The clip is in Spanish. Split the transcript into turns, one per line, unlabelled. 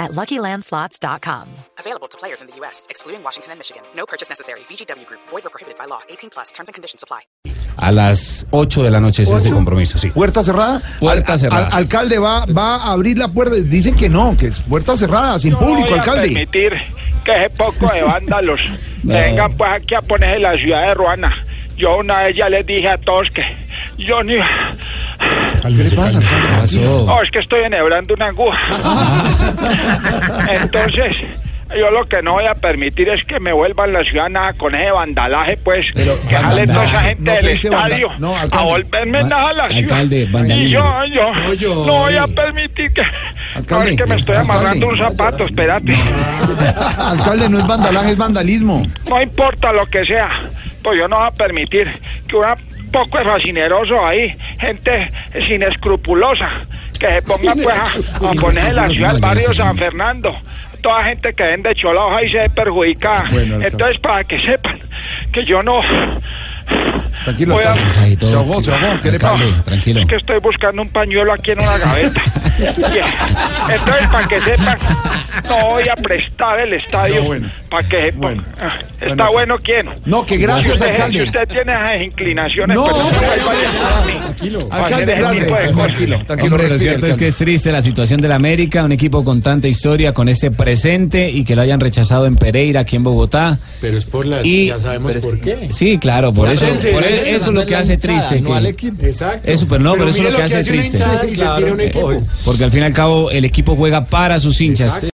at luckylandslots.com.
Available to players in the U.S., excluding Washington and Michigan. No purchase necessary. VGW Group, void or prohibited by law. 18 plus terms and conditions apply.
A las 8 de la noche es ese compromiso, sí.
Puerta cerrada.
Puerta cerrada.
alcalde va, va a abrir la puerta. Dicen que no, que es puerta cerrada, sin público,
voy
alcalde.
a permitir que ese poco de vándalos vengan pues aquí a ponerse la ciudad de Ruana. Yo una vez ya les dije a todos que yo ni...
¿Qué le pasa,
¿Qué
alcalde?
pasó?
Oh, es que estoy enhebrando una aguja. Entonces, yo lo que no voy a permitir es que me vuelvan la ciudad nada con ese vandalaje, pues, que jale toda esa
vandal-
gente
no se
del
dice vandal-
estadio
no,
a
alcalde.
volverme
Va-
nada a la ciudad.
alcalde, vandalismo.
y yo, yo,
No llore.
no voy a permitir que... no,
Alcalde,
es que me estoy amarrando
alcalde.
un zapato, espérate.
alcalde, no es vandalaje, es vandalismo.
No importa lo que sea, pues yo no voy a permitir que un poco de fascineroso ahí, gente sin escrupulosa, que se ponga pues a- a, poner en la ciudad el barrio San Fernando. Toda gente que vende cholados ahí se ve perjudicada.
Bueno, alcalde.
Entonces, para que sepan que yo no...
Tranquilo,
Voy a-
alcalde.
Mensaje y Pues todo.
Se ahogó, se ahogó. ¿Qué le pasa?
Alcalde, tranquilo.
Es que estoy buscando un pañuelo aquí en una gaveta. Y- Entonces, para que sepan, no voy a prestar el estadio.
No, bueno.
Para que sepan.
Bueno.
Ah, ¿Está
Bueno.
bueno quién?
No, que gracias,
Deje, Si
alcalde.
usted tiene esas inclinaciones,
No,
pues no
hombre,
me vuelva a llamar a mí.
Alcalde,
Para hacer ese
gracias.
tipo de cosas.
Tranquilo, tranquilo.
Hombre, lo
respire,
cierto es que
alcalde.
es triste la situación del América, un equipo con tanta historia, con este presente y que lo hayan rechazado en Pereira, aquí en Bogotá.
Pero es por las.
Y-
ya sabemos
pero es-
por qué.
Sí, claro, por
La
eso,
prensa,
por
la
eso,
prensa,
eso es lo que hace triste. que-
Exacto.
Eso, pero no, pero eso
mire
es lo que hace
una
triste. eh,
hinchada y se tira un equipo.
porque al fin y al cabo el equipo juega para sus hinchas.
Exacto.